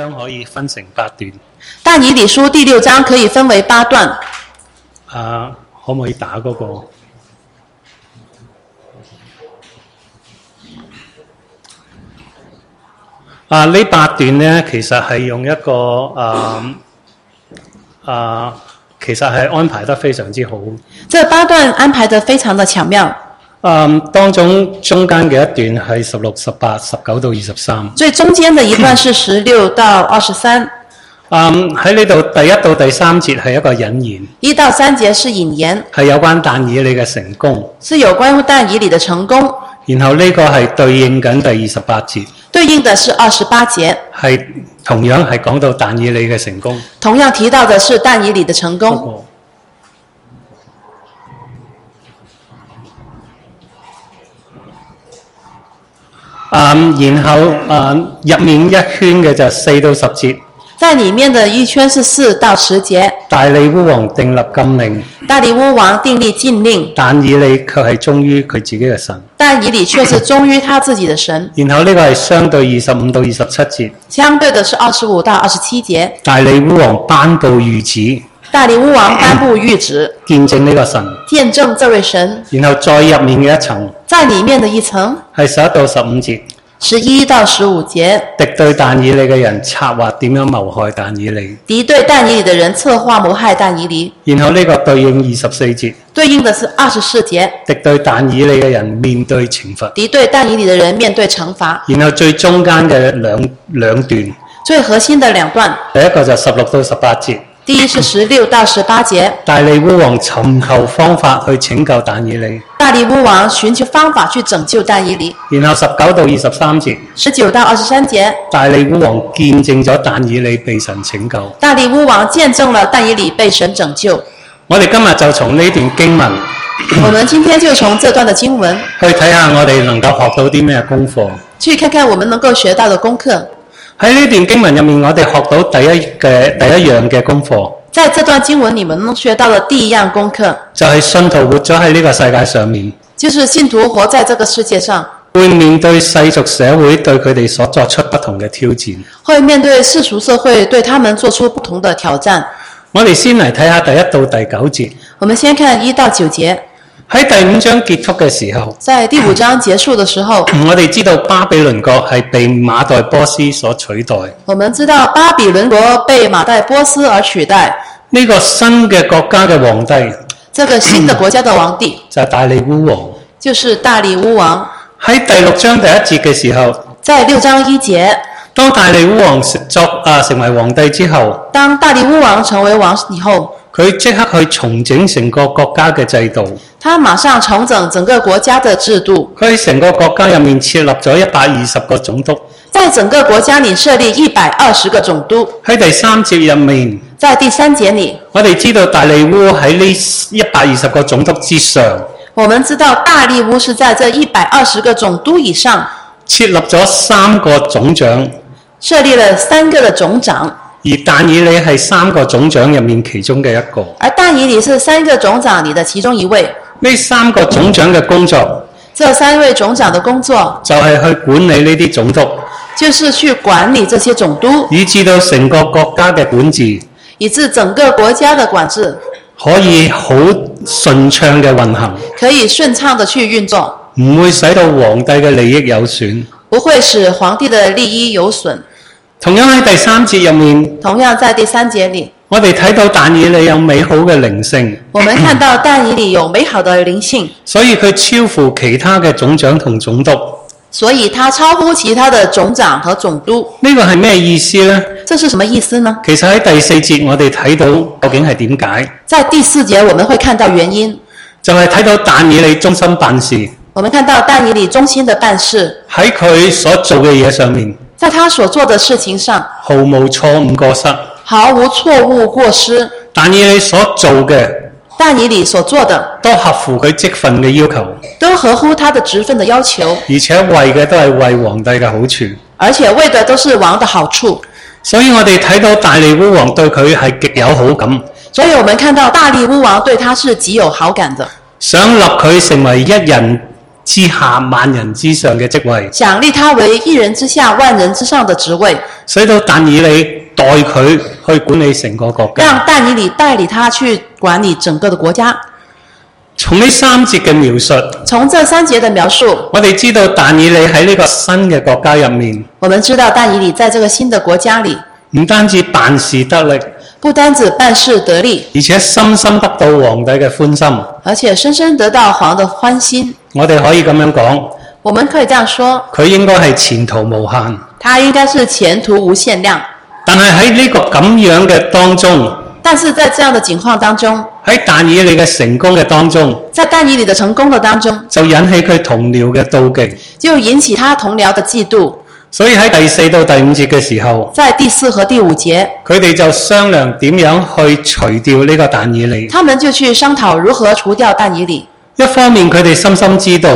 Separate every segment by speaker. Speaker 1: 章可以分成八段。
Speaker 2: 但以理书第六章可以分为八段，
Speaker 1: 啊，可唔可以打嗰、個？啊，呢八段咧，其實係用一個啊啊，其實係安排得非常之好。
Speaker 2: 这八段安排得非常的巧妙。
Speaker 1: 啊，當中中間嘅一段係十六、十八、十九到二十三。
Speaker 2: 最中间的一段是十六到二十三，
Speaker 1: 啊，喺呢度第一到第三節係一個引言，
Speaker 2: 一到三节是引言，
Speaker 1: 係有關但以理嘅成功。
Speaker 2: 是有关但以理的成功，
Speaker 1: 然後呢個係對應緊第二十八節，
Speaker 2: 对应的是二十八节，
Speaker 1: 係同樣係講到但以理嘅成功。
Speaker 2: 同样提到的是但以理的成
Speaker 1: 嗰
Speaker 2: 功。
Speaker 1: 個啊、然後啊，入面一圈嘅就四到十節，
Speaker 2: 在里面的一圈是四到十节，
Speaker 1: 大利烏王訂立禁令，
Speaker 2: 大利乌王订立禁令，
Speaker 1: 但以理卻係忠於佢自己嘅神。
Speaker 2: 但以理却是忠于他自己的神。
Speaker 1: 然後呢個係相對二十五到二十七節，
Speaker 2: 相对的是二十五到二十七节，
Speaker 1: 大利烏王頒布谕旨，
Speaker 2: 大利乌王颁布谕旨，
Speaker 1: 見證呢個神。
Speaker 2: 见证这位神。
Speaker 1: 然後再入面嘅一層
Speaker 2: 在里面的一层
Speaker 1: 係十一到十五節。
Speaker 2: 十一到十五节，
Speaker 1: 敵對但以理嘅人策劃點樣謀害但以理，
Speaker 2: 敌对但以理的人策划谋害但以理，
Speaker 1: 然後呢個對應二十四節，
Speaker 2: 对应的是二十四节，
Speaker 1: 敵對但以理嘅人面對懲罰，
Speaker 2: 敌对但以理的人面对惩罚。
Speaker 1: 然後最中間嘅兩兩段，第
Speaker 2: 最核心的两段，
Speaker 1: 一個就十六到十八節，
Speaker 2: 第一是十六到十八节，
Speaker 1: 大利烏王尋求方法去拯救但以理，
Speaker 2: 大利乌王寻求方法去拯救但以理；
Speaker 1: 然後十九到二十三節，
Speaker 2: 十九到二十三节，
Speaker 1: 大利烏王見證咗但以理被神拯救。
Speaker 2: 大利乌王见证了但以理被神拯救。
Speaker 1: 我哋今日就從呢段經文
Speaker 2: 我们今天就从这段的经文
Speaker 1: 去睇下我哋能夠學到啲咩功課。
Speaker 2: 去看看我们能够学到的功课。
Speaker 1: 喺呢段經文入面，我哋學到第一嘅第一樣嘅功課。
Speaker 2: 在这段经文里，面能学到的第一样功课，
Speaker 1: 就係信徒活咗喺呢個世界上面，
Speaker 2: 就是信徒活在这个世界上，
Speaker 1: 會面對世俗社會對佢哋所作出不同嘅挑戰。
Speaker 2: 会面对世俗社会对他们做出不同的挑战。
Speaker 1: 我哋先嚟睇下第一到第九節。
Speaker 2: 我们先看一到九节，
Speaker 1: 喺第五章結束嘅時候，
Speaker 2: 在第五章结束的时候，
Speaker 1: 我哋知道巴比倫國係被馬代波斯所取代。
Speaker 2: 我们知道巴比伦国被马代波斯而取代，
Speaker 1: 呢、個新嘅國家嘅皇帝
Speaker 2: 这个新的国家的皇帝
Speaker 1: 就係大利烏王。
Speaker 2: 就是大利乌王。
Speaker 1: 喺第六章第一節嘅時候，
Speaker 2: 在六章一节，
Speaker 1: 當大利烏王作啊成為皇帝之後，
Speaker 2: 当大利乌王成为王以后，
Speaker 1: 佢即刻去重整成個國家嘅制度。
Speaker 2: 他马上重整整个国家的制度，
Speaker 1: 佢喺成個國家入面設立咗一百二十個總督。
Speaker 2: 在整个国家里设立一百二十个总督。
Speaker 1: 喺第三節入面，
Speaker 2: 在第三节里，
Speaker 1: 我哋知道大利烏喺呢一百二十個總督之上，
Speaker 2: 我们知道大利乌是在这一百二十个总督以上
Speaker 1: 設立咗三個總長，
Speaker 2: 设立了三个的总长，
Speaker 1: 而但以理係三個總長入面其中嘅一個。
Speaker 2: 而但以理是三个总长里的其中一位。
Speaker 1: 呢三個總長嘅工作
Speaker 2: 这三位总长的工作
Speaker 1: 就係去管理呢啲總督，
Speaker 2: 就是去管理这些总督，
Speaker 1: 以至到成個國家嘅管治
Speaker 2: 以致整个国家的管制
Speaker 1: 可以好順暢嘅運行，
Speaker 2: 可以顺畅的去运作，
Speaker 1: 唔會使到皇帝嘅利益有損。
Speaker 2: 不会使皇帝的利益有损。
Speaker 1: 同樣喺第三節入面，
Speaker 2: 同样，在第三节里，
Speaker 1: 我哋睇到但以理有美好嘅靈性。
Speaker 2: 我们看到但以理有美好的灵性，
Speaker 1: 所以佢超乎其他嘅總長同總督，
Speaker 2: 所以他超乎其他的总长和总督。
Speaker 1: 呢、個係咩意思呢？
Speaker 2: 这是什么意思呢？
Speaker 1: 其實喺第四節我哋睇到究竟係點解，
Speaker 2: 在第四节我们会看到原因。
Speaker 1: 就係、睇到但以理忠心辦事，
Speaker 2: 我们看到但以理忠心的办事，
Speaker 1: 喺佢所做嘅嘢上面
Speaker 2: 在他所做的事情上
Speaker 1: 毫無錯誤過失。
Speaker 2: 毫无错误过失。
Speaker 1: 但以理所做嘅
Speaker 2: 但以理所做的
Speaker 1: 都合乎佢職份嘅要求，
Speaker 2: 都合乎他的职分的要求，
Speaker 1: 而且為嘅都係為皇帝嘅好處。
Speaker 2: 而且为的都是王的好處。
Speaker 1: 所以我哋睇到大利烏王對佢係極有好感，
Speaker 2: 所以我们看到大力乌王对他是极有好感的，
Speaker 1: 想立佢成為一人之下萬人之上嘅職位，
Speaker 2: 奖励他为一人之下万人之上的职位，
Speaker 1: 使到但以理代佢去管理成個國家。
Speaker 2: 让但以理代理他去管理整个的国家。
Speaker 1: 從呢三節嘅描述，
Speaker 2: 从这三节的描述，
Speaker 1: 我哋知道但以理喺呢個新嘅國家入面，
Speaker 2: 我们知道但以理在这个新的国家里，
Speaker 1: 唔單止辦事得力，
Speaker 2: 不单只办事得力，
Speaker 1: 而且深深得到皇帝嘅歡心。
Speaker 2: 而且深深得到皇的欢心。
Speaker 1: 我哋可以咁樣講，
Speaker 2: 我们可以这样说，
Speaker 1: 佢應該係前途無限。
Speaker 2: 他应该是前途无限量。
Speaker 1: 但係喺呢個咁樣嘅當中，
Speaker 2: 但是在这样的情况当中，
Speaker 1: 喺但以理嘅成功嘅當中，
Speaker 2: 在但以理的成功的当中，
Speaker 1: 就引起佢同僚嘅妒忌。
Speaker 2: 就引起他同僚的嫉妒。
Speaker 1: 所以喺第四到第五節嘅時候，
Speaker 2: 在第四和第五节，
Speaker 1: 佢哋就商量點樣去除掉呢個但以理。
Speaker 2: 他们就去商讨如何除掉但以理。
Speaker 1: 一方面佢哋深深知道，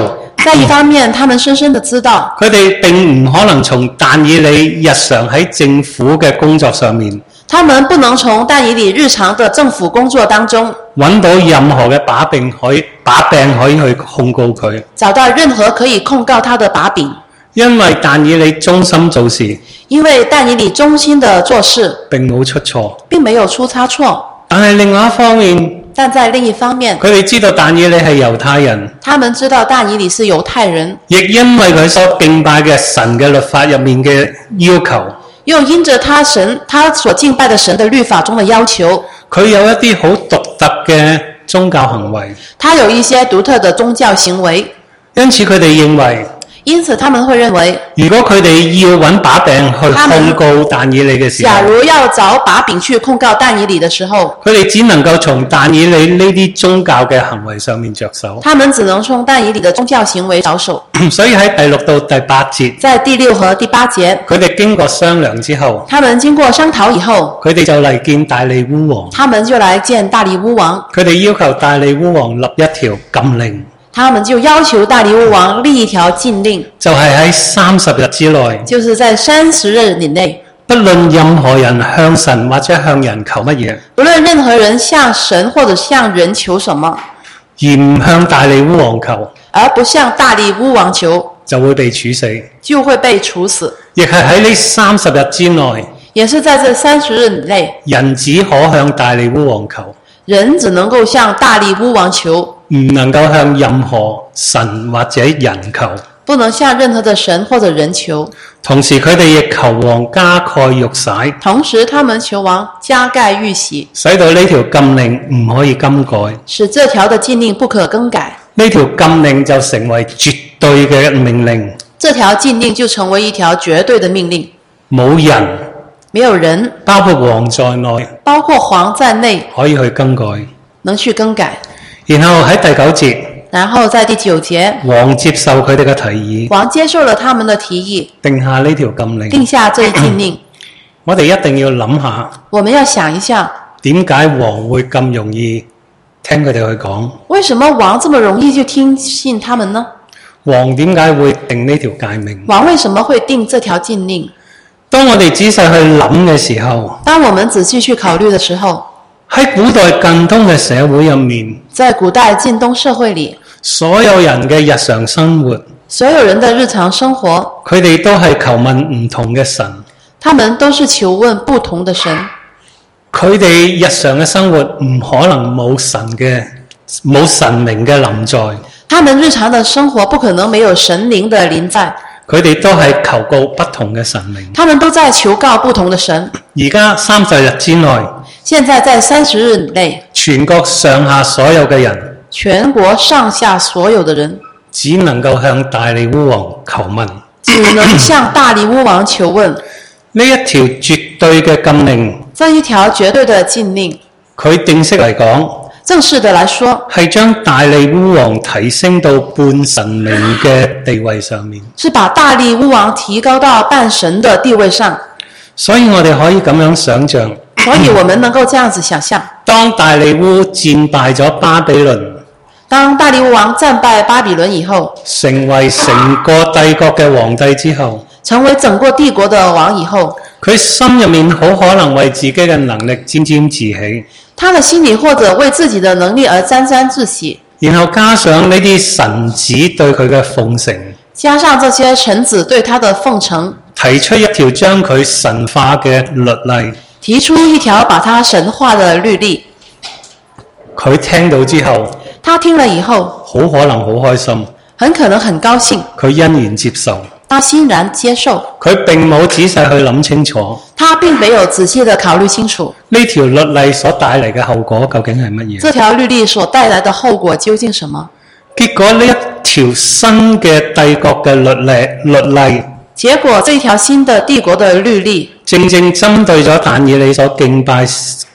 Speaker 2: 在一方面，他们深深的知道，
Speaker 1: 佢哋並唔可能從但以理日常喺政府嘅工作上面
Speaker 2: 他们不能从但以理日常的政府工作当中
Speaker 1: 揾到任何嘅把柄可以把柄可以去控告佢，
Speaker 2: 找到任何可以控告他的把柄，
Speaker 1: 因為但以理忠心做事，
Speaker 2: 因为但以理忠心的做事，
Speaker 1: 並冇出錯。
Speaker 2: 并没有出差错。
Speaker 1: 但係另外一方面，
Speaker 2: 但在另一方面，
Speaker 1: 佢哋知道但以理係猶太人，
Speaker 2: 他们知道但以理是犹太人，
Speaker 1: 亦因為佢所敬拜嘅神嘅律法入面嘅要求，
Speaker 2: 又因着他神他所敬拜的神的律法中的要求，
Speaker 1: 佢有一啲好獨特嘅宗教行為，
Speaker 2: 他有一些独特的宗教行为，
Speaker 1: 因此佢哋認為，
Speaker 2: 因此他们会认为，
Speaker 1: 如果佢哋要揾把柄去控告但以理嘅時候
Speaker 2: 假，如要找把柄去控告但以理的时候，
Speaker 1: 佢哋只能夠從但以理呢啲宗教嘅行為上面着 手。
Speaker 2: 他们只能从但以理的宗教行为着手。
Speaker 1: 所以喺第六到第八節，
Speaker 2: 在第六和第八节，
Speaker 1: 佢哋經過商量之後，
Speaker 2: 他们经过商讨以后，
Speaker 1: 佢哋就嚟見大利烏王，
Speaker 2: 他们就来见大力乌王，
Speaker 1: 佢哋要求大利烏王立一條禁令。
Speaker 2: 他们就要求大力乌王立一条禁令，
Speaker 1: 就係喺三十日之內，
Speaker 2: 就是在三十日以内，
Speaker 1: 不論任何人向神或者向人求乜
Speaker 2: 不论任何人向神或者向人求什么，
Speaker 1: 嘢，而唔向大利烏王求，
Speaker 2: 而不向大力乌王求，
Speaker 1: 就會被處死。
Speaker 2: 就会被处死。
Speaker 1: 亦係喺呢三十日之內，
Speaker 2: 也是在这三十日以内，
Speaker 1: 人只可向大利烏王求，
Speaker 2: 人只能够向大力乌王求，
Speaker 1: 唔能夠向任何神或者人求。
Speaker 2: 不能向任何的神或者人求。
Speaker 1: 同時，佢哋亦求王加蓋玉玺，
Speaker 2: 同时，他们求王加盖玉玺，
Speaker 1: 使到呢條禁令唔可以更改。
Speaker 2: 使这条的禁令不可更改。
Speaker 1: 呢條禁令就成為絕對嘅命令，
Speaker 2: 这条禁令就成为一条绝对的命令，
Speaker 1: 冇人
Speaker 2: 没有人，
Speaker 1: 包括王在內
Speaker 2: 包括皇在内，
Speaker 1: 可以去更改。
Speaker 2: 能去更改。
Speaker 1: 然後喺第九節，
Speaker 2: 然后在第九节，
Speaker 1: 王接受佢哋嘅提議，
Speaker 2: 王接受了他们的提议，
Speaker 1: 定下呢條禁
Speaker 2: 定
Speaker 1: 令。
Speaker 2: 下这一禁令。
Speaker 1: 我哋一定要諗下，
Speaker 2: 我们要想一下，
Speaker 1: 點解王會咁容易聽佢哋去講？
Speaker 2: 为什么王这么容易就听信他们呢？
Speaker 1: 王點解會定呢條界命？
Speaker 2: 王为什么会定这条禁令？
Speaker 1: 當我哋仔細去諗嘅時候，
Speaker 2: 当我们仔细去考虑的时候，
Speaker 1: 喺古代近東嘅社會入面，
Speaker 2: 在古代近东社会里，
Speaker 1: 所有人嘅日常生活，
Speaker 2: 所有人的日常生活，
Speaker 1: 佢哋都係求問唔同嘅神，
Speaker 2: 他们都是求问不同的神，
Speaker 1: 佢哋日常嘅生活唔可能冇神嘅冇神靈嘅臨在。
Speaker 2: 他们日常的生活不可能没有神灵的临在，
Speaker 1: 佢哋都係求告不同嘅神明。
Speaker 2: 他们都在求告不同的神。
Speaker 1: 而家三十日之內，
Speaker 2: 现在在三十日内，
Speaker 1: 全國上下所有嘅人
Speaker 2: 全国上下所有的人
Speaker 1: 只能夠向大利烏王求問。
Speaker 2: 只能向大力乌王求问。
Speaker 1: 呢一條絕對嘅禁令，
Speaker 2: 这一条绝对的禁令，
Speaker 1: 佢正式嚟講
Speaker 2: 正式的来说，
Speaker 1: 係將大利烏王提升到半神明嘅地位上面。
Speaker 2: 是把大力乌王提高到半神的地位上。
Speaker 1: 所以我哋可以咁樣想像，
Speaker 2: 所以我们能够这样子想象：
Speaker 1: 當大利烏戰敗咗巴比倫，
Speaker 2: 当大力乌王战败巴比伦以后，
Speaker 1: 成為成個帝國嘅皇帝之後。
Speaker 2: 成为整个帝国的王以后，
Speaker 1: 佢心入面好可能為自己嘅能力沾沾自喜，
Speaker 2: 他的心里或者为自己的能力而沾沾自喜，
Speaker 1: 然後加上呢啲神子對佢嘅奉承，
Speaker 2: 加上这些臣子对他的奉承，
Speaker 1: 提出一條將佢神化嘅律例。
Speaker 2: 提出一条把他神化的律例。
Speaker 1: 佢聽到之後，
Speaker 2: 他听了以后，
Speaker 1: 好可能好開心，
Speaker 2: 很可能很高兴，
Speaker 1: 佢欣然接受。
Speaker 2: 他欣然接受。
Speaker 1: 佢並冇仔細去諗清楚
Speaker 2: 他并没有仔细的考虑清楚
Speaker 1: 呢條律例所帶嚟嘅後果究竟係乜嘢。
Speaker 2: 这条律例所带来的后果究竟什么。
Speaker 1: 結果呢一條新嘅帝國嘅律例律例，
Speaker 2: 结果，这条新的帝国的律例，
Speaker 1: 正正針對咗但以理所敬拜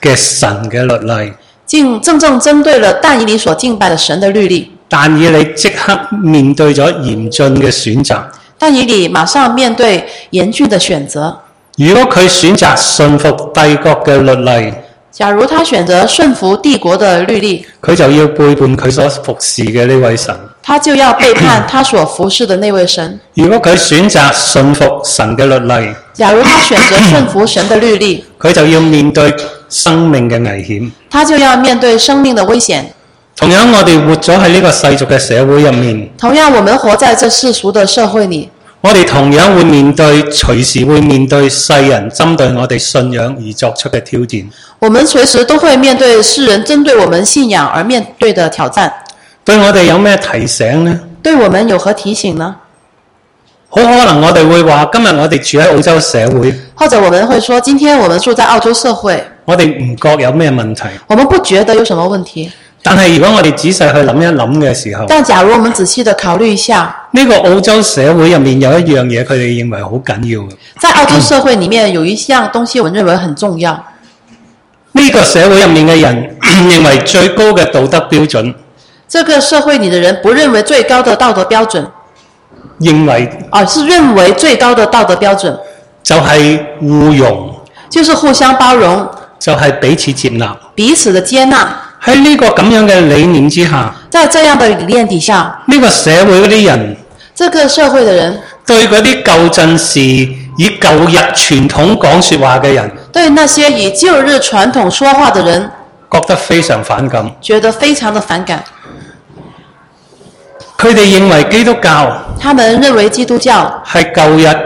Speaker 1: 嘅神嘅律例。
Speaker 2: 竟正正针对了但以理所敬拜的神的律例。
Speaker 1: 但以理即刻面對咗嚴峻嘅選擇。
Speaker 2: 但以理马上面对严峻的选择。
Speaker 1: 如果佢選擇信服帝國嘅律例，
Speaker 2: 假如他选择顺服帝国的律例，
Speaker 1: 佢就要背叛佢所服侍嘅呢位神；
Speaker 2: 他就要背叛他所服侍的那位神。
Speaker 1: 如果佢選擇信服神嘅律例，
Speaker 2: 假如他选择顺服神的律例，
Speaker 1: 佢就要面對生命嘅危險。
Speaker 2: 他就要面对生命的危险。
Speaker 1: 同樣，我哋活咗喺呢個世俗嘅社會入面，
Speaker 2: 同样，我们活在这世俗的社会里，
Speaker 1: 我哋同樣會面對隨時會面對世人針對我哋信仰而作出嘅挑戰。
Speaker 2: 我们随时都会面对世人针对我们信仰而面对的挑战。
Speaker 1: 對我哋有咩提醒呢？
Speaker 2: 对我们有何提醒呢？
Speaker 1: 好可能我哋會話：今日我哋住喺澳洲社會，
Speaker 2: 或者我们会说，今天我们住在澳洲社会，
Speaker 1: 我哋唔覺有咩問題。
Speaker 2: 我们不觉得有什么问题。
Speaker 1: 但係如果我哋仔細去諗一諗嘅時候，
Speaker 2: 但假如我们仔细的考虑一下，
Speaker 1: 呢、個澳洲社會入面有一樣嘢，佢哋認為好緊要嘅。
Speaker 2: 在澳洲社会里面有一项东西，我认为很重要。
Speaker 1: 呢、個社會入面嘅人 認為最高嘅道德標準，
Speaker 2: 这个社会里的人不认为最高的道德标准，
Speaker 1: 認為
Speaker 2: 而是认为最高的道德标准
Speaker 1: 就係互容，
Speaker 2: 就是互相包容、
Speaker 1: 就係彼此接納。
Speaker 2: 彼此的接纳。
Speaker 1: 喺呢個咁樣嘅理念之下，呢、
Speaker 2: 在这样的理念底下，
Speaker 1: 個社會嗰啲人
Speaker 2: 这个社會的人
Speaker 1: 對嗰啲舊陣時以舊日傳統講説話嘅人，
Speaker 2: 对那些以旧日传统说话的人，
Speaker 1: 覺得非常反感。
Speaker 2: 觉得非常的反感。
Speaker 1: 佢哋認為基督教
Speaker 2: 他们认为基督教
Speaker 1: 係舊日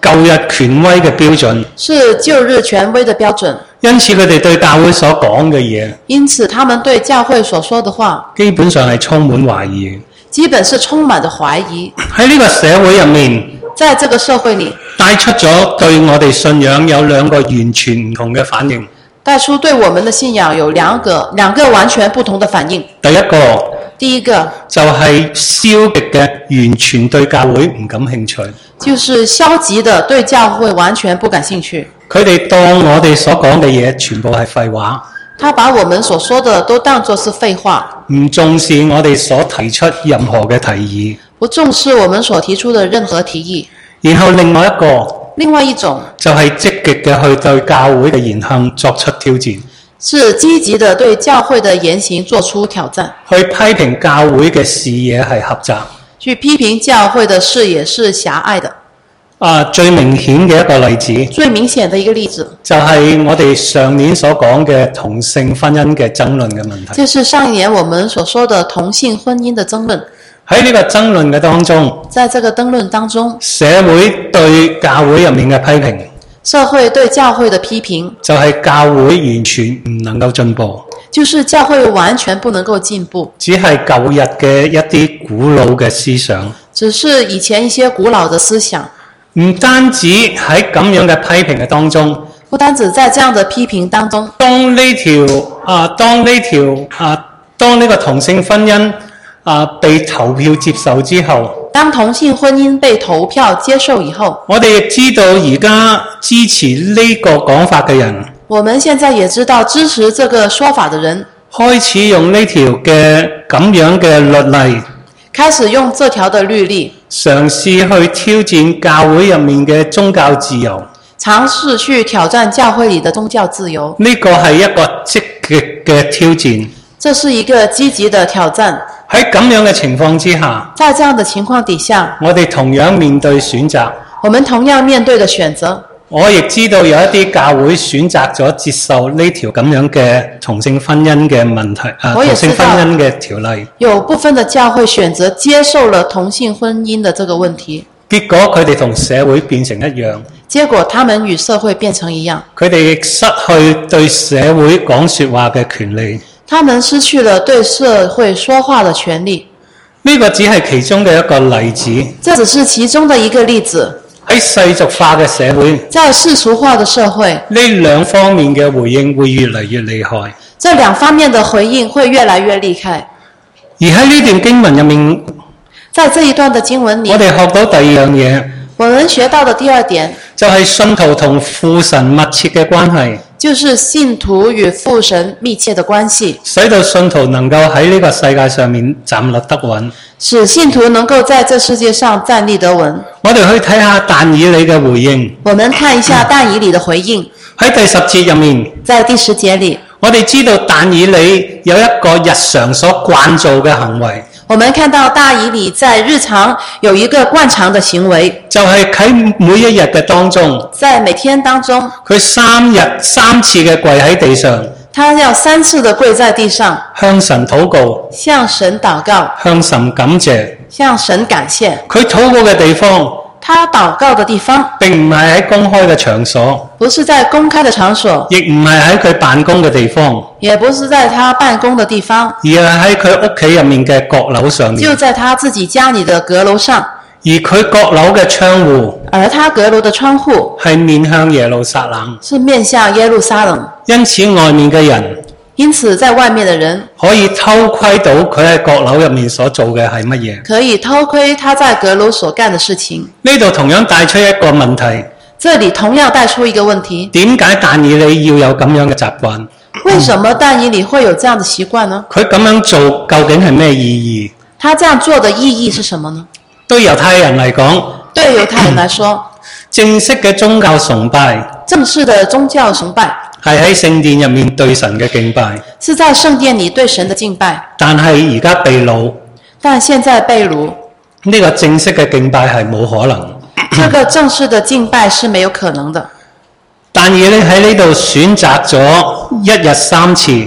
Speaker 1: 舊日權威嘅標準。
Speaker 2: 是旧日权威的标准，
Speaker 1: 因此佢哋對教會所講嘅嘢，
Speaker 2: 因此他们对教會所说的话，
Speaker 1: 基本上係充滿懷疑嘅。
Speaker 2: 基本是充满着怀疑。
Speaker 1: 喺呢個社會入面，
Speaker 2: 在這个社會里，
Speaker 1: 帶出咗對我哋信仰有兩個完全唔同嘅反應。
Speaker 2: 带出对我们的信仰有两个两个完全不同的反应。
Speaker 1: 第一個
Speaker 2: 第一个
Speaker 1: 就係消極嘅，完全對教會唔感興趣。
Speaker 2: 就是消极的，对教会完全不感兴趣。
Speaker 1: 佢哋當我哋所講嘅嘢全部係廢話，
Speaker 2: 他把我们所说的都当作是废话，
Speaker 1: 唔重視我哋所提出任何嘅提議。
Speaker 2: 不重视我们所提出的任何提议。
Speaker 1: 然後另外一個
Speaker 2: 另外一种
Speaker 1: 就係積極嘅去對教會嘅言行作出挑戰。
Speaker 2: 是积极的对教会的言行做出挑战，
Speaker 1: 去批評教會嘅視野係狹窄。
Speaker 2: 去批评教会的视野是狭隘的。
Speaker 1: 啊，最明顯嘅一個例子
Speaker 2: 最明显的一个例子
Speaker 1: 就係、我哋上年所講嘅同性婚姻嘅爭論嘅問題。
Speaker 2: 就是上一年我们所说的同性婚姻的争论，
Speaker 1: 喺呢個爭論嘅當中，
Speaker 2: 在这个争論当中，
Speaker 1: 社會對教會入面嘅批評
Speaker 2: 社会对教会的批评
Speaker 1: 就係、教會完全唔能夠進步，
Speaker 2: 就是教会完全不能够进步，
Speaker 1: 只係舊日嘅一啲古老嘅思想。
Speaker 2: 只是以前一些古老的思想。
Speaker 1: 唔單止喺咁樣嘅批評嘅當中，
Speaker 2: 不单只在这样的批评当中，
Speaker 1: 當呢條啊，當呢條啊，當呢個同性婚姻啊被投票接受之後，
Speaker 2: 当同性婚姻被投票接受以后，
Speaker 1: 我哋亦知道而家支持呢個講法嘅人
Speaker 2: 我们现在也知道支持这个说法的人
Speaker 1: 開始用呢條嘅咁樣嘅律例，
Speaker 2: 开始用这条的律例
Speaker 1: 嘗試去挑戰教會入面嘅宗教自由。
Speaker 2: 尝试去挑战教会里的宗教自由，
Speaker 1: 呢、個係一個積極嘅挑戰。
Speaker 2: 这是一个积极的挑战。
Speaker 1: 喺咁樣嘅情況之下，
Speaker 2: 在这样的情况底下，
Speaker 1: 我哋同樣面對選擇，
Speaker 2: 我们同样面对的选择
Speaker 1: 我亦知道有一啲教會選擇咗接受呢條咁樣嘅同性婚姻嘅問題，啊，
Speaker 2: 我
Speaker 1: 同
Speaker 2: 也知
Speaker 1: 性
Speaker 2: 道
Speaker 1: 婚姻嘅條例。
Speaker 2: 有部分的教会选择接受了同性婚姻的这个问题，
Speaker 1: 結果佢哋同社會變成一樣，
Speaker 2: 结果他们与社会变成一样，
Speaker 1: 佢哋亦失去對社會講説話嘅權利。
Speaker 2: 他们失去了对社会说话的权利。
Speaker 1: 呢、個只係其中嘅一個例子。
Speaker 2: 这只是其中的一个例子。
Speaker 1: 喺世俗化嘅社會，
Speaker 2: 在世俗化的社会，
Speaker 1: 呢兩方面嘅回應會越嚟越厲害。
Speaker 2: 这两方面的回应会越来越厉害。
Speaker 1: 而喺呢段經文入面，
Speaker 2: 在这一段的经文里
Speaker 1: 我，哋學到第二樣嘢，
Speaker 2: 我们学到的第二点
Speaker 1: 就係、信徒同父神密切嘅關係，
Speaker 2: 就是信徒与父神密切的关系，
Speaker 1: 使到信徒能夠喺呢個世界上面站立得穩。
Speaker 2: 使信徒能够在这世界上站立得稳。
Speaker 1: 我哋去睇下但以理嘅回應
Speaker 2: 我们看一下但以理的回应，
Speaker 1: 喺第十節入面。
Speaker 2: 在第十节里，
Speaker 1: 我哋知道但以理有一個日常所慣做嘅行為，
Speaker 2: 我们看到大以理在日常有一个惯常的行为，
Speaker 1: 就係、喺每一日嘅當中，
Speaker 2: 在每天当中，
Speaker 1: 佢三日三次嘅跪喺地上，
Speaker 2: 他要三次的跪在地上，
Speaker 1: 向神禱告，
Speaker 2: 向神祷告，
Speaker 1: 向神感謝。
Speaker 2: 向神感谢。
Speaker 1: 佢禱告嘅地方
Speaker 2: 他祷告的地方
Speaker 1: 並唔係喺公開嘅場所，
Speaker 2: 不是在公开的场所，
Speaker 1: 亦唔係喺佢辦公嘅地方，
Speaker 2: 也不是在他办公的地方，
Speaker 1: 而係喺佢屋企入面嘅閣樓上面。
Speaker 2: 就在他自己家里的阁楼上。
Speaker 1: 而佢閣樓嘅窗户
Speaker 2: 而他阁楼的窗户
Speaker 1: 係面向耶路撒冷，
Speaker 2: 是面向耶路撒冷，
Speaker 1: 因此外面嘅人
Speaker 2: 因此在外面的人
Speaker 1: 可以偷窺到佢喺閣樓入面所做嘅係乜嘢。
Speaker 2: 可以偷窥他在阁楼所干的事情。
Speaker 1: 呢度同樣帶出一個問題：
Speaker 2: 这里同样带出一个问题：
Speaker 1: 點解但以理要有咁樣嘅習慣？
Speaker 2: 为什么但以理会有这样的习惯呢？
Speaker 1: 佢咁樣做究竟係咩意義？
Speaker 2: 他这样做的意义是什么呢？
Speaker 1: 對猶太人嚟講，
Speaker 2: 对犹太人来说，
Speaker 1: 正式嘅宗教崇拜
Speaker 2: 正式的宗教崇拜
Speaker 1: 係喺聖殿入面對神嘅敬拜，
Speaker 2: 是在圣殿里对神的敬拜，
Speaker 1: 但係而家被擄，
Speaker 2: 但现在被掳，
Speaker 1: 呢、個正式嘅敬拜係冇可能。
Speaker 2: 这个正式的敬拜是没有可能的。
Speaker 1: 但以理喺呢度選擇咗一日三次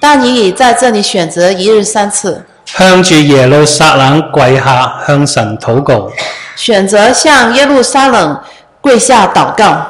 Speaker 2: 但以理在这里选择一日三次，
Speaker 1: 向住耶路撒冷跪下向神禱告，
Speaker 2: 选择向耶路撒冷跪下祷告。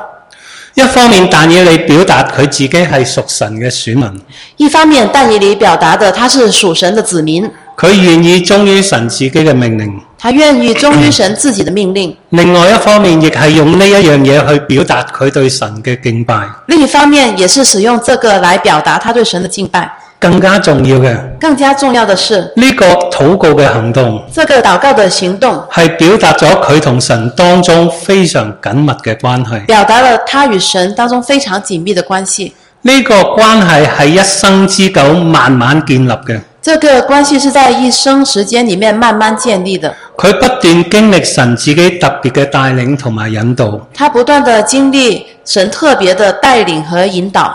Speaker 1: 一方面但以理表達佢自己係屬神嘅選民，
Speaker 2: 一方面，但以理表达的他是属神的子民，
Speaker 1: 佢願意忠於神自己嘅命令；
Speaker 2: 他愿意忠于神自己的命令；
Speaker 1: 另外一方面亦係用呢一樣嘢去表達佢對神嘅敬拜。
Speaker 2: 另一方面，也是使用这个来表达他对神的敬拜。
Speaker 1: 更加重要嘅呢、
Speaker 2: 更加重要的是，
Speaker 1: 個禱告嘅行動。
Speaker 2: 这个祷告的行动
Speaker 1: 係表達咗佢同神當中非常緊密嘅關係。
Speaker 2: 表达了他与神当中非常紧密的关系。
Speaker 1: 呢、個關係係一生之久慢慢建立嘅。
Speaker 2: 这个关系是在一生时间里面慢慢建立的。
Speaker 1: 佢不斷經歷神自己特別嘅帶領同埋引導，
Speaker 2: 他不断的经历神特别的带领和引导，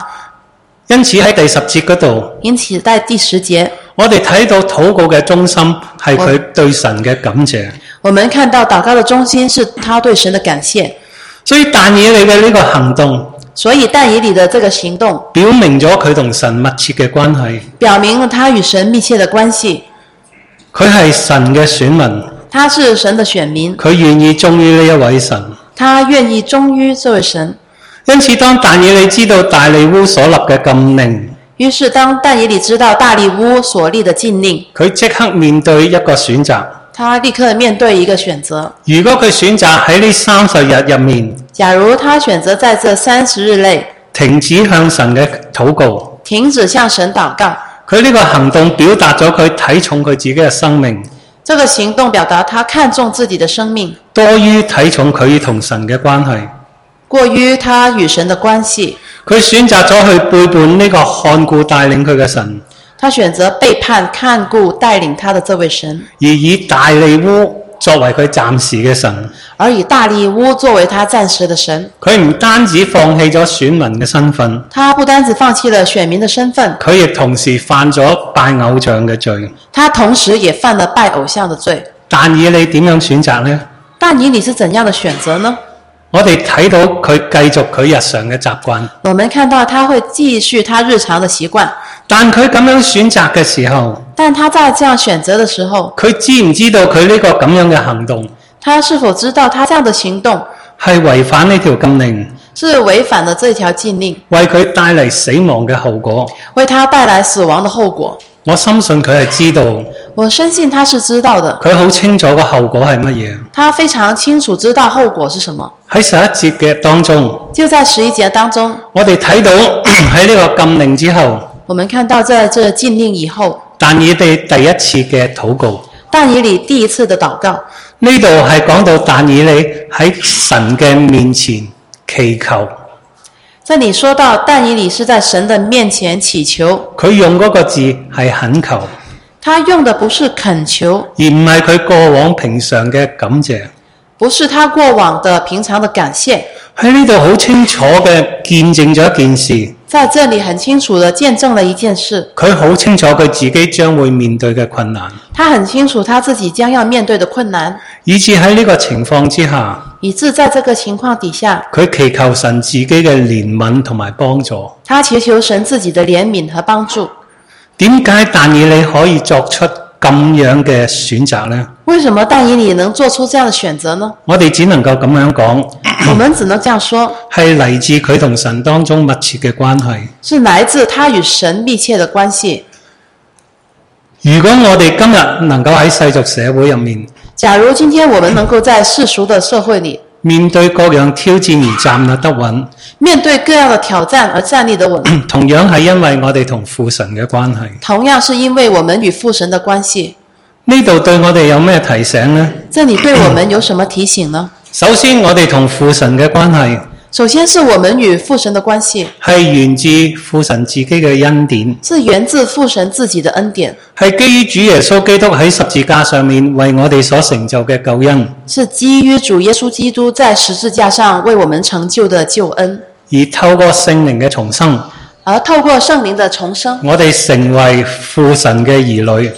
Speaker 1: 因此喺第十節嗰度，
Speaker 2: 因此在第十节，
Speaker 1: 我哋睇到禱告嘅中心係佢對神嘅感謝。
Speaker 2: 我们看到祷告的中心是他对神的感谢。
Speaker 1: 所以但以理嘅呢個行動，
Speaker 2: 所以但以理的这个行动，
Speaker 1: 表明咗佢同神密切嘅關係。
Speaker 2: 表明了他与神密切的关系。
Speaker 1: 佢係神嘅選民，
Speaker 2: 他是神的选民，
Speaker 1: 佢願意忠於呢一位神。
Speaker 2: 他愿意忠于这位神。
Speaker 1: 因此，當但以理知道大利烏所立嘅禁令，
Speaker 2: 于是，当但以理知道大利乌所立的禁令，
Speaker 1: 佢即刻面對一個選擇。
Speaker 2: 他立刻面对一个选择：
Speaker 1: 如果佢選擇喺呢三十日入面
Speaker 2: 假如他选择在这三十日内
Speaker 1: 停止向神嘅禱告，
Speaker 2: 停止向神祷告，
Speaker 1: 佢呢個行動表達咗佢睇重佢自己嘅生命，
Speaker 2: 这个行动表达他看重自己的生命，
Speaker 1: 多於睇重佢同神嘅關係。
Speaker 2: 过于他与神的关系，
Speaker 1: 佢選擇咗去背叛呢個看顧帶領佢嘅神，
Speaker 2: 他选择背叛看顾带领他的这位神，
Speaker 1: 而以大利烏作為佢暫時嘅神。
Speaker 2: 而以大利乌作为他暂时的神。
Speaker 1: 佢唔單止放棄咗選民嘅身份，
Speaker 2: 他不单只放弃了选民的身份，
Speaker 1: 佢亦同時犯咗拜偶像嘅罪。
Speaker 2: 他同时也犯了拜偶像的罪。
Speaker 1: 但以你點樣選擇呢？
Speaker 2: 但以理是怎样的选择呢？
Speaker 1: 我哋睇到佢繼續佢日常嘅習慣，
Speaker 2: 我们看到他会继续他日常的习惯，
Speaker 1: 但佢咁樣選擇嘅時候，
Speaker 2: 但他在这样选择的时候，
Speaker 1: 佢知唔知道佢呢個咁樣嘅行動
Speaker 2: 他是否知道他这样的行動
Speaker 1: 係違反呢條禁令，
Speaker 2: 是违反了这条禁令，
Speaker 1: 為佢帶嚟死亡嘅後果？
Speaker 2: 为他带来死亡的后果？
Speaker 1: 我深信佢係知道，
Speaker 2: 我深信他是知道的，
Speaker 1: 佢好清楚個後果係乜嘢。
Speaker 2: 他非常清楚知道后果是什么。
Speaker 1: 喺十一節嘅當中，
Speaker 2: 就在十一节当中，
Speaker 1: 我哋睇到 喺呢個禁令之後，
Speaker 2: 我们看到在这禁令以后，
Speaker 1: 但以理第一次嘅禱告。
Speaker 2: 但以理第一次的祷告，
Speaker 1: 呢度係講到但以理喺神嘅面前祈求，
Speaker 2: 这里说到但以理是在神的面前祈求，
Speaker 1: 佢用嗰個字係懇求，而
Speaker 2: 他用的不是恳求，
Speaker 1: 唔係佢過往平常嘅感謝。
Speaker 2: 不是他过往的平常的感谢，
Speaker 1: 喺呢度好清楚嘅見證咗一件事，
Speaker 2: 在这里很清楚的见证了一件事，
Speaker 1: 佢好清楚佢自己將會面對嘅困難，
Speaker 2: 他很清楚他自己将要面对的困难，
Speaker 1: 以至喺呢個情況之下，
Speaker 2: 以致在这个情况底下，
Speaker 1: 佢祈求神自己嘅憐憫同埋幫助。
Speaker 2: 他祈求神自己的怜悯和帮助。
Speaker 1: 點解但以理可以作出咁樣嘅選擇呢？
Speaker 2: 为什么但以理能做出這樣的选择呢？
Speaker 1: 我哋只能夠咁樣講。
Speaker 2: 我们只能这样说，
Speaker 1: 係嚟自佢同神當中密切嘅關係。
Speaker 2: 是来自他与神密切的关系。
Speaker 1: 如果我哋今日能夠喺世俗社會入面
Speaker 2: 假如今天我们能够在世俗的社会里，
Speaker 1: 面對各樣挑戰而站立得穩，
Speaker 2: 面对各样的挑战而站立得稳，
Speaker 1: 同樣係因為我哋同父神嘅關係。
Speaker 2: 同样是因为我们与父神的关系。
Speaker 1: 呢度對我哋有咩提醒呢？
Speaker 2: 这里对我们有什么提醒呢？
Speaker 1: 首先，我哋同父神嘅關係
Speaker 2: 首先是我们与父神的关系，
Speaker 1: 係源自父神自己嘅恩典，
Speaker 2: 是源自父神自己的恩典，
Speaker 1: 係基於主耶穌基督喺十字架上面為我哋所成就嘅救恩，
Speaker 2: 是基于主耶稣基督在十字架上为我们成就的救恩，
Speaker 1: 而透過聖靈嘅重生，
Speaker 2: 而透过圣灵的重生，
Speaker 1: 我哋成為父神嘅兒女。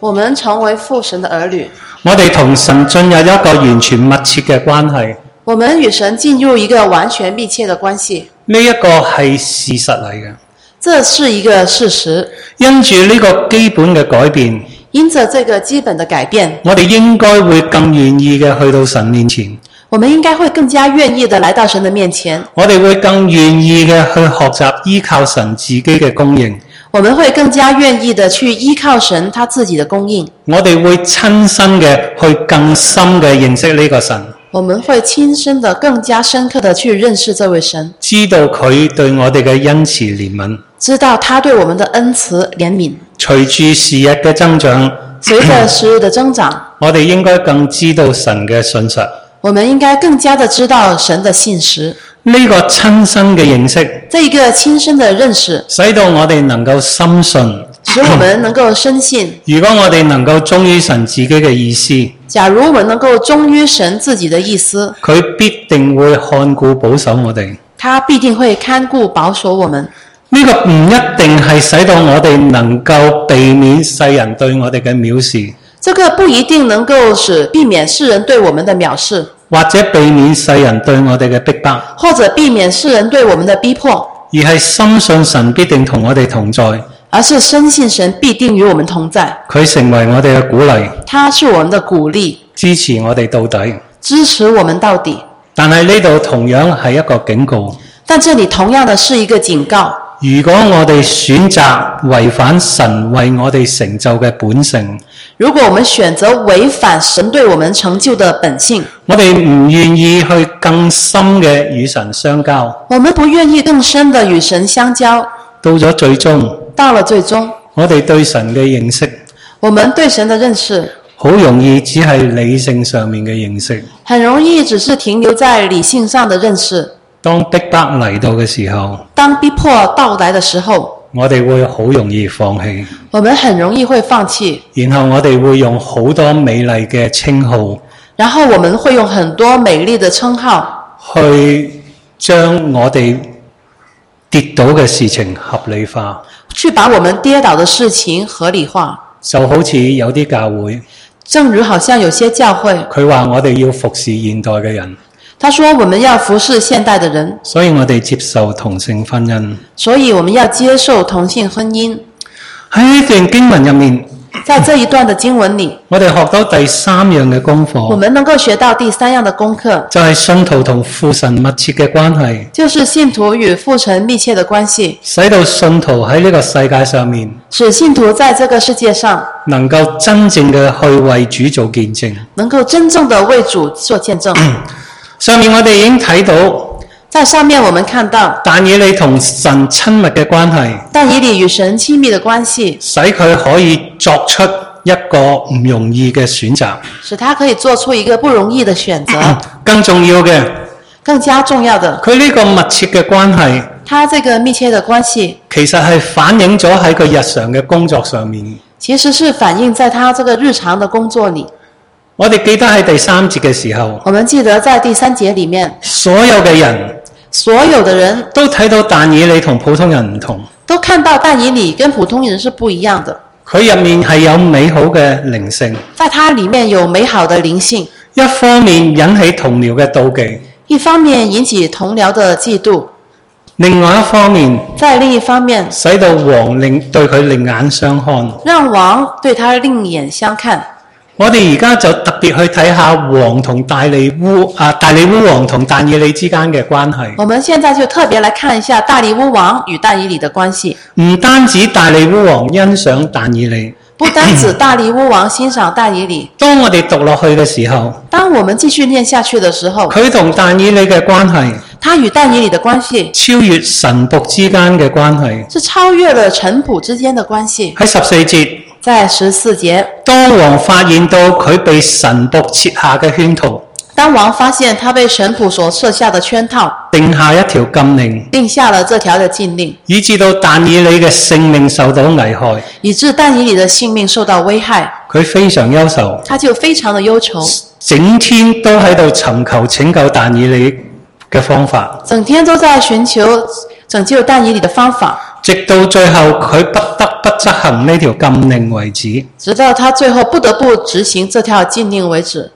Speaker 2: 我们成为父神的儿女。
Speaker 1: 我哋同神進入一個完全密切嘅關係，
Speaker 2: 我们与神进入一个完全密切的关系，
Speaker 1: 呢、一個係事實嚟嘅。
Speaker 2: 这是一个事实。
Speaker 1: 因住呢個基本嘅改變，
Speaker 2: 因着这个基本的改变，
Speaker 1: 我哋應該會更願意嘅去到神面前，
Speaker 2: 我们应该会更加愿意的来到神的面前，
Speaker 1: 我哋會更願意嘅去學習依靠神自己嘅供應，
Speaker 2: 我们会更加愿意的去依靠神他自己的供应，
Speaker 1: 我哋會親身嘅去更深嘅認識呢個神，
Speaker 2: 我们会亲身的、更加深刻的去认识这位神，
Speaker 1: 知道佢對我哋嘅恩慈憐憫。
Speaker 2: 知道他对我们的恩慈怜悯。
Speaker 1: 隨住時日嘅增長，
Speaker 2: 随着时日的增长，
Speaker 1: 我哋應該更知道神嘅信實。
Speaker 2: 我们应该更加的知道神的信实。
Speaker 1: 呢、個親身嘅認識。
Speaker 2: 这一个亲身的认识，
Speaker 1: 使到我哋能夠深信，
Speaker 2: 使我们能够深信
Speaker 1: 如果我哋能夠忠於神自己嘅意思，
Speaker 2: 假如我们能够忠于神自己的意思，
Speaker 1: 佢必定會看顧保守我哋。
Speaker 2: 他必定会看顾保守我们。
Speaker 1: 呢、個唔一定係使到我哋能夠避免世人對我哋嘅藐視，
Speaker 2: 这个不一定能够使避免世人对我们的藐视，
Speaker 1: 或者避免世人對我哋嘅逼迫，而
Speaker 2: 或者避免世人对我们的逼迫，
Speaker 1: 係深信神必定同我哋同在，
Speaker 2: 而是深信神必定与我们同在。
Speaker 1: 佢成為我哋嘅鼓勵，
Speaker 2: 他是我们的鼓励，
Speaker 1: 支持我哋到底。
Speaker 2: 支持我们到底。
Speaker 1: 但係呢度同樣係一個警告，
Speaker 2: 但这里同样的是一个警告：
Speaker 1: 如果我哋選擇違反神為我哋成就嘅本性。
Speaker 2: 如果我们选择违反神对我们成就的本性，
Speaker 1: 我哋唔願意去更深嘅與神相交，
Speaker 2: 我们不愿意更深的与神相交，
Speaker 1: 到咗最終，
Speaker 2: 到了最终，
Speaker 1: 我哋對神嘅認識
Speaker 2: 我们对神的认识
Speaker 1: 好容易只係理性上面嘅認識。
Speaker 2: 很容易只是停留在理性上的认识。
Speaker 1: 當逼迫嚟到嘅時候，
Speaker 2: 当逼迫到来的时候，
Speaker 1: 我哋會好容易放棄，
Speaker 2: 我们很容易会放弃，
Speaker 1: 然後我哋會用好多美麗嘅稱號
Speaker 2: 然后我们会用很多美丽的称号
Speaker 1: 去將我哋跌倒嘅事情合理化，
Speaker 2: 去把我们跌倒的事情合理化。
Speaker 1: 就好似有啲教會
Speaker 2: 正如好像有些教会，
Speaker 1: 佢話我哋要服侍現代嘅人，
Speaker 2: 他说我们要服侍现代的人，
Speaker 1: 所以我哋接受同性婚姻。
Speaker 2: 所以我们要接受同性婚姻。
Speaker 1: 喺呢段經文入面，
Speaker 2: 在这一段的經文里，
Speaker 1: 我哋學到第三樣嘅功
Speaker 2: 我
Speaker 1: 課，
Speaker 2: 们能够学到第三样的功课，
Speaker 1: 就係信徒同父神密切嘅關係，
Speaker 2: 就是信徒与父神密切的关系，
Speaker 1: 使到信徒喺呢個世界上面
Speaker 2: 使信徒在这个世界上
Speaker 1: 能夠真正嘅去為主做見證。
Speaker 2: 能够真正的为主做见证。
Speaker 1: 上面我哋已經睇到
Speaker 2: 在上面我们看到
Speaker 1: 但以理同神親密嘅關係，
Speaker 2: 但以理与神亲密的关系，
Speaker 1: 使佢可以作出一個唔容易嘅選擇。
Speaker 2: 使他可以做出一个不容易的选择。
Speaker 1: 更重要嘅，
Speaker 2: 更加重要的，
Speaker 1: 佢呢個密切嘅關係，
Speaker 2: 他这个密切的关系
Speaker 1: 其實係反映咗喺佢日常嘅工作上面。
Speaker 2: 其实是反映在他这个日常的工作里。
Speaker 1: 我哋記得喺第三節嘅時候，
Speaker 2: 我们记得在第三节里面，
Speaker 1: 所有嘅人
Speaker 2: 所有的人
Speaker 1: 都睇到但以理同普通人唔同，
Speaker 2: 都看到但以理跟普通人是不一样的，
Speaker 1: 佢入面係有美好嘅靈性，
Speaker 2: 在他里面有美好的灵性，
Speaker 1: 一方面引起同僚嘅妒忌，
Speaker 2: 一方面引起同僚的嫉妒，
Speaker 1: 另外一方面
Speaker 2: 在另一方面
Speaker 1: 使到王令對佢另眼相看。
Speaker 2: 让王对他另眼相看。
Speaker 1: 我哋而家就特別去睇下王同大利烏啊，大利烏王同但以理之間嘅關係。
Speaker 2: 我们现在就特别来看一下大利乌王与但以理的关系，
Speaker 1: 唔單止大利烏王欣賞但以理，
Speaker 2: 不单指大利乌王欣赏但以理。
Speaker 1: 當我哋讀落去嘅時候，
Speaker 2: 当我们继续念下去的时候，
Speaker 1: 佢同但以理嘅關係
Speaker 2: 他与但以理的关系
Speaker 1: 超越神仆之間嘅關係。
Speaker 2: 是超越了臣仆之间的关系。
Speaker 1: 喺十四節，
Speaker 2: 在十四节，
Speaker 1: 當王發現到佢被神仆設下嘅圈套，
Speaker 2: 当王发现他被神仆所设下的圈套，
Speaker 1: 定下一條禁令，
Speaker 2: 定下了这条的禁令，
Speaker 1: 以致到但以理嘅性命受到危害，
Speaker 2: 以致但以理的性命受到危害，
Speaker 1: 佢非常憂愁。
Speaker 2: 他就非常的忧愁，
Speaker 1: 整天都喺度尋求拯救但以理嘅方法，
Speaker 2: 整天都在寻求拯救但以理的方法，
Speaker 1: 直到最後佢不得不執行呢條禁令為止。
Speaker 2: 直到他最后不得不执行这条禁令为止。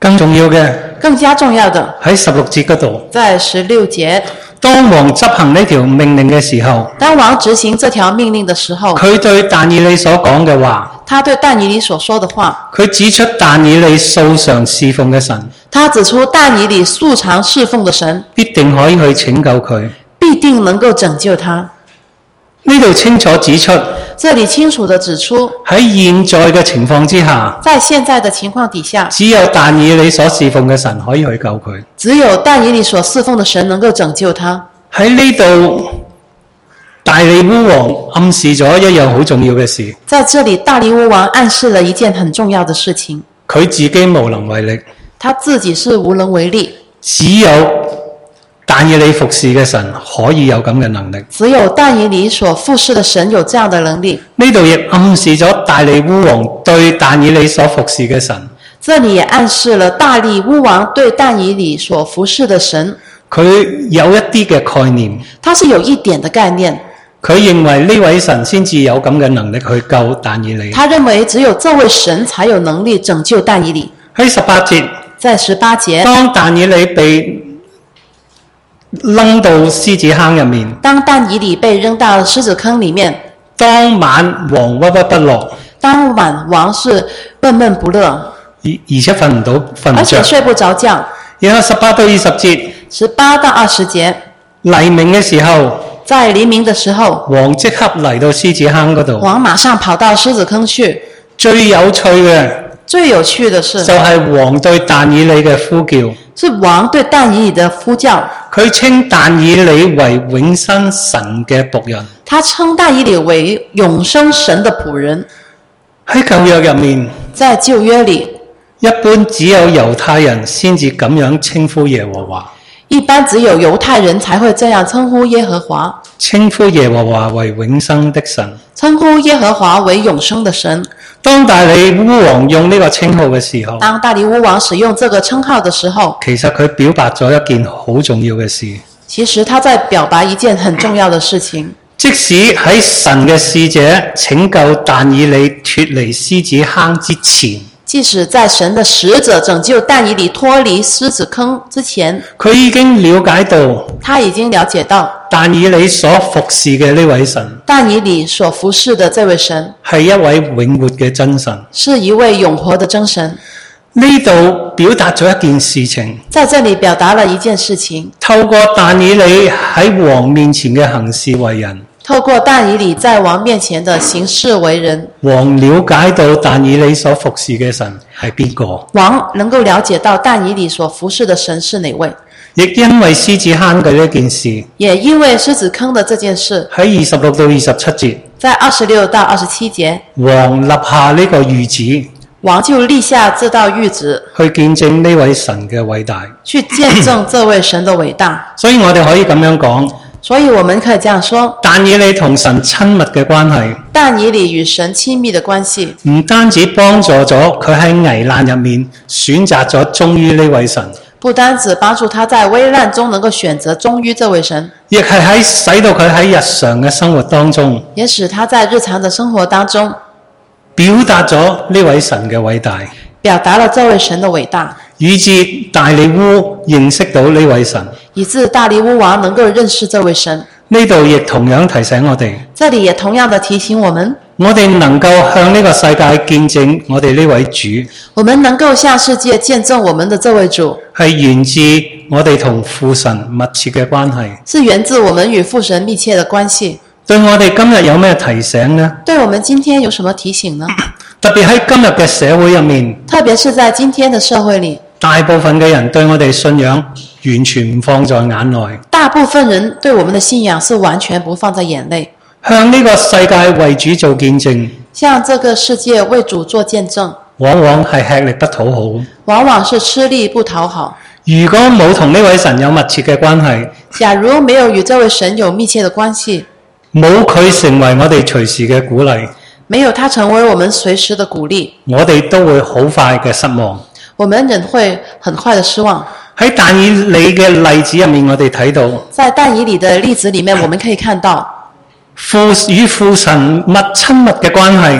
Speaker 1: 更重要嘅
Speaker 2: 更加重要的，
Speaker 1: 喺十六節嗰度，
Speaker 2: 在十六节，
Speaker 1: 當王執行呢條命令嘅時候，
Speaker 2: 当王执行这条命令的时候，
Speaker 1: 佢對但以理所講嘅話，
Speaker 2: 他对但以理所说的话，
Speaker 1: 佢指出但以理素常侍奉嘅神
Speaker 2: 他指出但以理素常侍奉的神
Speaker 1: 必定可以去拯救佢。
Speaker 2: 必定能够拯救他。
Speaker 1: 呢度清楚指出
Speaker 2: 这里清楚地指出，
Speaker 1: 喺現在嘅情況之下，
Speaker 2: 在现在的情况底下，
Speaker 1: 只有但以理所侍奉嘅神可以去救佢。
Speaker 2: 只有但以理所侍奉的神能够拯救他。
Speaker 1: 喺呢度，大利烏王暗示咗一樣好重要嘅事，
Speaker 2: 在这里，大利乌王暗示了一件很重要的事情：
Speaker 1: 佢自己無能為力，
Speaker 2: 他自己是无能为力，
Speaker 1: 只有但以理服侍嘅神可以有咁嘅能力。
Speaker 2: 只有但以理所服侍的神有这样的能力。
Speaker 1: 呢度亦暗示咗大利烏王對但以理所服侍嘅神，
Speaker 2: 这里也暗示了大利乌王对但以理所服侍的神，
Speaker 1: 佢有一啲嘅概念，
Speaker 2: 他是有一点的概念，
Speaker 1: 佢認為呢位神先至有咁嘅能力去救但以理。
Speaker 2: 他认为只有这位神才有能力拯救但以理。
Speaker 1: 喺十八節，
Speaker 2: 在十八节，
Speaker 1: 當但以理被扔到獅子坑入面，
Speaker 2: 当但以理被扔到狮子坑里面，
Speaker 1: 當晚王鬱鬱不樂。
Speaker 2: 当晚王是闷闷不乐，
Speaker 1: 而而且瞓唔到，瞓
Speaker 2: 而
Speaker 1: 唔
Speaker 2: 且
Speaker 1: 着。
Speaker 2: 睡不着觉。
Speaker 1: 然後十八到二十節，
Speaker 2: 十八到二十节，
Speaker 1: 黎明嘅時候，
Speaker 2: 在黎明的时候，
Speaker 1: 王即刻嚟到獅子坑嗰度。
Speaker 2: 王马上跑到狮子坑去。
Speaker 1: 最有趣嘅
Speaker 2: 最有趣的，
Speaker 1: 就是係王對但以理嘅呼叫，
Speaker 2: 是王对但以理的呼叫，
Speaker 1: 佢稱但以理為永生神嘅仆人。
Speaker 2: 他称但以理为永生神的仆人。
Speaker 1: 喺舊約入面，
Speaker 2: 在旧约里，
Speaker 1: 一般只有猶太人先至咁樣稱呼耶和華，
Speaker 2: 一般只有犹太人才会这样称呼耶和华，
Speaker 1: 稱呼耶和華為永生的神。
Speaker 2: 称呼耶和华为永生的神。
Speaker 1: 當大利烏王用呢個稱號嘅時候，
Speaker 2: 当大利乌王使用这个称号的时候，
Speaker 1: 其實佢表白咗一件好重要嘅事。
Speaker 2: 其实他在表白一件很重要的事情，
Speaker 1: 即使喺神嘅使者拯救但以理脱離獅子坑之前，
Speaker 2: 即使在神的使者拯救但以理脱离狮子坑之前，
Speaker 1: 佢已經了解到
Speaker 2: 他已经了解到
Speaker 1: 但以理所服侍嘅呢位神
Speaker 2: 但以理所服侍的这位神
Speaker 1: 係一位永活嘅真神。
Speaker 2: 是一位永活的真神。
Speaker 1: 呢度表達咗一件事情，
Speaker 2: 在這裡表達了一件事情：
Speaker 1: 透過但以理喺王面前嘅行事為人，
Speaker 2: 透过但以理在王面前的行事为人，
Speaker 1: 王了解到但以理所服侍嘅神係邊個，
Speaker 2: 王能够了解到但以理所服侍的神是哪位。
Speaker 1: 亦因為獅子坑嘅呢件事
Speaker 2: 也因为狮子坑的这件事，
Speaker 1: 喺二十六到二十七節，
Speaker 2: 在二十六到二十七节，
Speaker 1: 王立下呢個御旨
Speaker 2: 王就立下这道谕旨，
Speaker 1: 去見證呢位神嘅偉大。
Speaker 2: 去见证这位神的伟大。
Speaker 1: 所以我哋可以咁樣講，
Speaker 2: 所以我们可以这样说：
Speaker 1: 但以理同神親密嘅關係。
Speaker 2: 但以理与神亲密的关系，
Speaker 1: 唔單止幫助咗佢喺危難入面選擇咗忠於呢位神，
Speaker 2: 不单只帮助他在危难中能够选择忠于这位神，
Speaker 1: 亦係喺使到佢喺日常嘅生活當中
Speaker 2: 也使他在日常的生活当中
Speaker 1: 表達咗呢位神嘅偉大，
Speaker 2: 表达了这位神的伟大，
Speaker 1: 以致大利烏認識到呢位神。
Speaker 2: 以致大力乌王能够认识这位神。
Speaker 1: 呢度亦同樣提醒我哋，
Speaker 2: 这里也同样的提醒我们，
Speaker 1: 我哋能夠向呢個世界見證我哋呢位主
Speaker 2: 我们能够向世界见证我们的这位主，
Speaker 1: 係源自我哋同父神密切嘅關係。
Speaker 2: 是源自我们与父神密切的关系。
Speaker 1: 對我哋今日有咩提醒呢？
Speaker 2: 对我们今天有什么提醒呢？
Speaker 1: 特別喺今日嘅社會入面。
Speaker 2: 特别是在今天的社会里，
Speaker 1: 大部分嘅人對我哋信仰完全唔放在眼內，
Speaker 2: 大部分人对我们的信仰是完全不放在眼内，
Speaker 1: 向呢個世界為主做見證，
Speaker 2: 向这个世界为主做见证，
Speaker 1: 往往係吃力不討好。
Speaker 2: 往往是吃力不讨好。
Speaker 1: 如果冇同呢位神有密切嘅關係，
Speaker 2: 假如没有与这位神有密切的关系，
Speaker 1: 冇佢成為我哋隨時嘅鼓勵，
Speaker 2: 没有他成為我們隨時的鼓勵，
Speaker 1: 我哋都會好快嘅失望。
Speaker 2: 我們人會很快的失望。
Speaker 1: 喺但以理嘅例子入面，我哋睇到
Speaker 2: 在但以理的例子里面，我们可以看到
Speaker 1: 父與父神密親密嘅關係，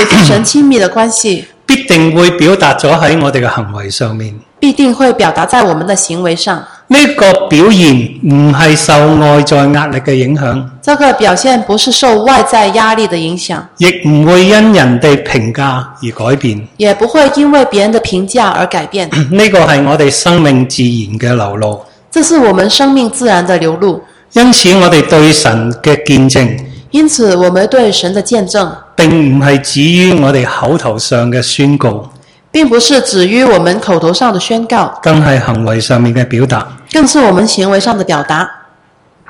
Speaker 2: 与父神亲密的關係
Speaker 1: 必定會表達咗喺我哋嘅行為上面。
Speaker 2: 必定會表達在我們的行為上。
Speaker 1: 呢、個表現唔係受外在壓力嘅影響。
Speaker 2: 这个表現不是受外在壓力的影響，
Speaker 1: 亦唔會因人哋評價而改變。
Speaker 2: 也不會因為別人的評價而改變。
Speaker 1: 呢個係我哋生命自然嘅流露。
Speaker 2: 这是我們生命自然的流露。
Speaker 1: 因此，我哋對神嘅見證
Speaker 2: 因此，我們對神的見證，
Speaker 1: 並唔係止於我哋口頭上嘅宣告，
Speaker 2: 並不是止於我們口頭上的宣告，
Speaker 1: 更係行為上面嘅表達。
Speaker 2: 更是我們行為上的表達。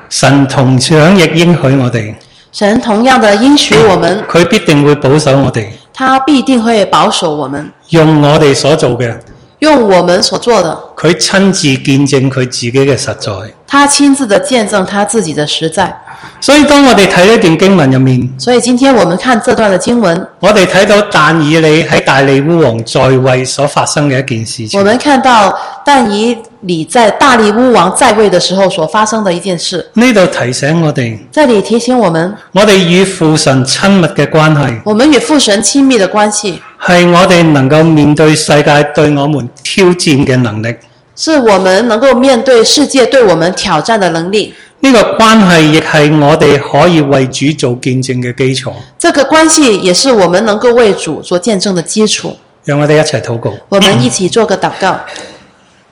Speaker 1: 神同樣亦應許我哋，
Speaker 2: 神同樣的應許我們
Speaker 1: 佢必定會保守我哋，
Speaker 2: 他必定会保守我们，
Speaker 1: 用我哋所做嘅，
Speaker 2: 用我们所做的，
Speaker 1: 佢親自見證佢自己嘅實在。
Speaker 2: 他亲自的见证他自己的实在。
Speaker 1: 所以，當我哋睇呢段經文入面，
Speaker 2: 所以今天我们看这段的经文，
Speaker 1: 我哋睇到但以理喺大利烏王在位所發生嘅一件事情
Speaker 2: 我。们看到但以理在大利乌王在位的时候所发生的一件事。
Speaker 1: 呢度提醒我哋，
Speaker 2: 这里提醒我们，
Speaker 1: 我哋與父神親密嘅關係，
Speaker 2: 我们与父神亲密的关系，
Speaker 1: 係我哋能夠面對世界對我們挑戰嘅能力。
Speaker 2: 是我们能够面对世界对我们挑战的能力。
Speaker 1: 呢、個關係亦係我哋可以為主做見證嘅基礎。
Speaker 2: 这个关系也是我们能够为主做见证的基础。
Speaker 1: 讓我哋一齊禱告，
Speaker 2: 我们一起做个祷告，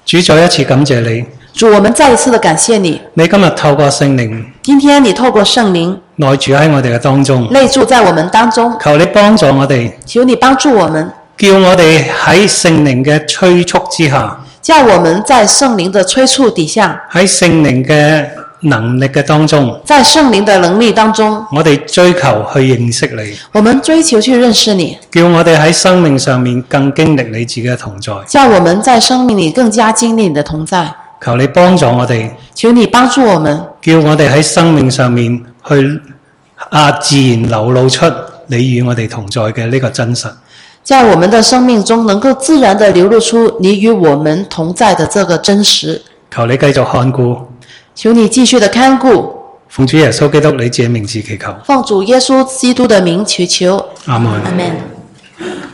Speaker 1: 主再一次感謝你，
Speaker 2: 主，我们再一次的感谢你。
Speaker 1: 你今日透過聖靈
Speaker 2: 今天你透过圣灵
Speaker 1: 內住喺我哋嘅當中，
Speaker 2: 内住在我们当中，
Speaker 1: 求你幫助我哋，
Speaker 2: 求你帮助我们，
Speaker 1: 叫我哋喺聖靈嘅催促之下，
Speaker 2: 叫我们在圣灵的催促底下，
Speaker 1: 喺聖靈嘅能力嘅當中，
Speaker 2: 在圣灵的能力当中，
Speaker 1: 我哋追求去認識你。
Speaker 2: 我们追求去认识你，
Speaker 1: 叫我哋喺生命上面更經歷你自己嘅同在。
Speaker 2: 叫我们在生命里更加经历你的同在。
Speaker 1: 求你幫助我哋，
Speaker 2: 求你帮助我们，
Speaker 1: 叫我哋喺生命上面去啊自然流露出你與我哋同在嘅呢個真實。
Speaker 2: 在我们的生命中能够自然地流露出你与我们同在的这个真实。
Speaker 1: 求你繼續看顧，
Speaker 2: 求你继续的看顾，
Speaker 1: 奉主耶穌基督你自己名字祈求，
Speaker 2: 奉主耶稣基督的名祈求，
Speaker 1: 阿門。
Speaker 2: 阿门。